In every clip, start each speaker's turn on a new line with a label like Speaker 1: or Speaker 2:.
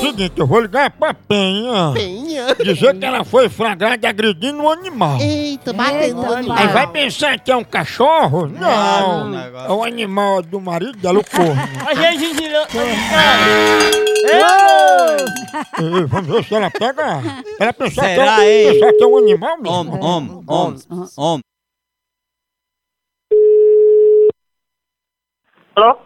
Speaker 1: seguinte, eu vou ligar pra Penha.
Speaker 2: Penha.
Speaker 1: Dizer que ela foi flagrada agredindo um animal.
Speaker 2: Eita, batendo no
Speaker 3: Eita,
Speaker 2: animal.
Speaker 1: Aí vai pensar que é um cachorro? Não.
Speaker 4: não, não.
Speaker 1: É um animal do marido dela, o corno.
Speaker 3: A gente virou.
Speaker 1: Ei, Vamos ver se ela pega. Ela pensou que,
Speaker 4: Será,
Speaker 1: é um-
Speaker 4: hein?
Speaker 1: pensar que é um animal mesmo.
Speaker 4: Om, om, om, om.
Speaker 5: Alô?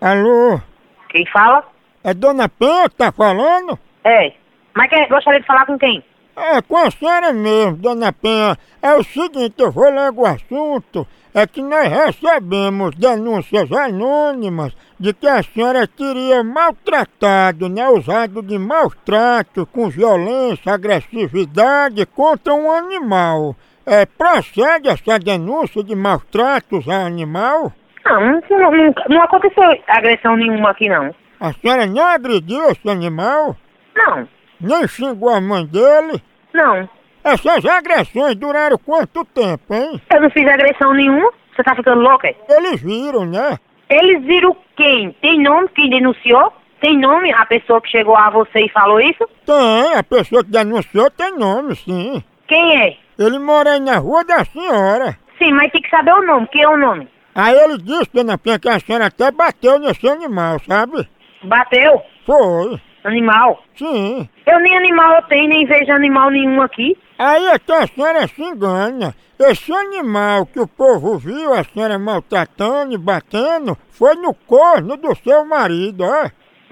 Speaker 1: Alô?
Speaker 5: Quem fala?
Speaker 1: É Dona Penha que tá falando?
Speaker 5: É. Mas quem, gostaria de falar com quem?
Speaker 1: É, com a senhora mesmo, dona Penha. É o seguinte, eu vou logo o assunto. É que nós recebemos denúncias anônimas de que a senhora teria maltratado, né? Usado de maus tratos, com violência, agressividade contra um animal. É, procede essa denúncia de maus tratos a animal?
Speaker 5: Não, não, não, não aconteceu agressão nenhuma aqui, não.
Speaker 1: A senhora não agrediu esse animal?
Speaker 5: Não,
Speaker 1: Nem xingou a mãe dele?
Speaker 5: não.
Speaker 1: Essas agressões duraram quanto tempo, hein?
Speaker 5: Eu não fiz agressão nenhuma. Você tá ficando louca? é?
Speaker 1: Eles viram, né?
Speaker 5: Eles viram quem? Tem nome quem denunciou? Tem nome a pessoa que chegou a você e falou isso?
Speaker 1: Tem, a pessoa que denunciou tem nome, sim.
Speaker 5: Quem é?
Speaker 1: Ele mora aí na rua da senhora.
Speaker 5: Sim, mas tem que saber o nome. Quem é o nome?
Speaker 1: Aí ele disse, dona Penha, que a senhora até bateu nesse animal, sabe?
Speaker 5: Bateu?
Speaker 1: Foi,
Speaker 5: Animal?
Speaker 1: sim.
Speaker 5: Eu nem animal eu tenho, nem vejo animal nenhum aqui.
Speaker 1: Aí até a senhora se engana. Esse animal que o povo viu a senhora maltratando e batendo foi no corno do seu marido, ó.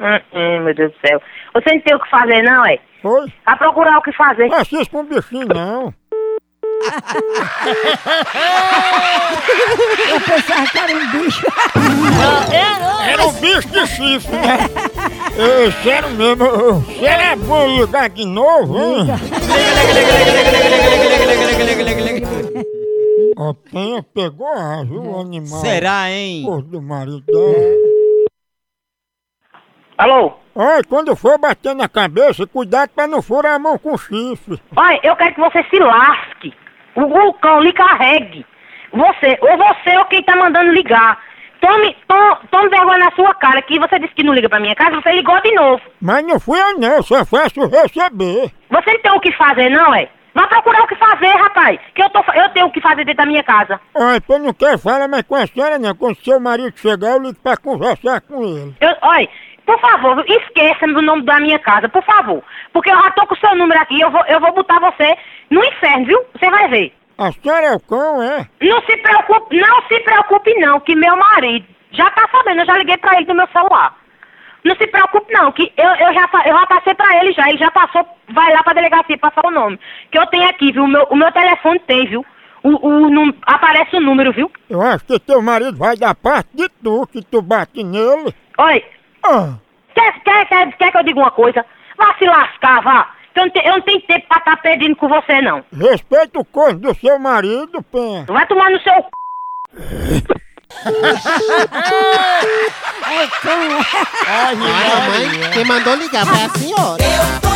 Speaker 5: Hum, hum, meu Deus do céu. Você não tem o que fazer, não, é?
Speaker 1: Foi.
Speaker 5: A procurar o que fazer.
Speaker 1: Não assista com um bichinho, não.
Speaker 3: Eu pensava que era um bicho.
Speaker 1: Era um bicho de chifre, né? Ei, sério mesmo, ô, será bom ligar de novo, hein? A Penha pegou a viu, o animal.
Speaker 4: Será, hein?
Speaker 1: Pô, do marido dela.
Speaker 5: Alô?
Speaker 1: Olha, quando for bater na cabeça, cuidado pra não furar a mão com chifre.
Speaker 5: Olha, eu quero que você se lasque. O vulcão lhe carregue. Você, ou você ou quem tá mandando ligar. Tome, to- tome vergonha na sua cara, que você disse que não liga pra minha casa, você ligou de novo.
Speaker 1: Mas não fui eu não, só faço receber.
Speaker 5: Você não tem o que fazer, não é? Vai procurar o que fazer, rapaz. Que eu, tô, fa- eu tenho o que fazer dentro da minha casa.
Speaker 1: Olha, eu não quero falar mais com a senhora não. Quando seu marido chegar, eu ligo pra conversar com ele.
Speaker 5: Eu, olha, por favor, esqueça do nome da minha casa, por favor. Porque eu já tô com o seu número aqui, eu vou, eu vou botar você no inferno, viu? Você vai ver.
Speaker 1: A senhora é o cão, é?
Speaker 5: Não se preocupe, não se preocupe não, que meu marido já tá sabendo, eu já liguei pra ele do meu celular. Não se preocupe não, que eu, eu, já, fa- eu já passei pra ele já, ele já passou, vai lá pra delegacia passar o nome. Que eu tenho aqui, viu, o meu, o meu telefone tem, viu, o, o, num- aparece o número, viu.
Speaker 1: Eu acho que teu marido vai dar parte de tu, que tu bate nele.
Speaker 5: Olha,
Speaker 1: Ah,
Speaker 5: quer, quer, quer, quer que eu diga uma coisa? Vá se lascar, vá, que eu não, te- eu não tenho tempo pra estar pedindo com você não.
Speaker 1: respeita o corno do seu marido, Penha.
Speaker 5: Vai tomar no seu c...
Speaker 3: É cão.
Speaker 2: Ai, a mãe, quem mandou ligar foi a senhora.
Speaker 6: Eu tô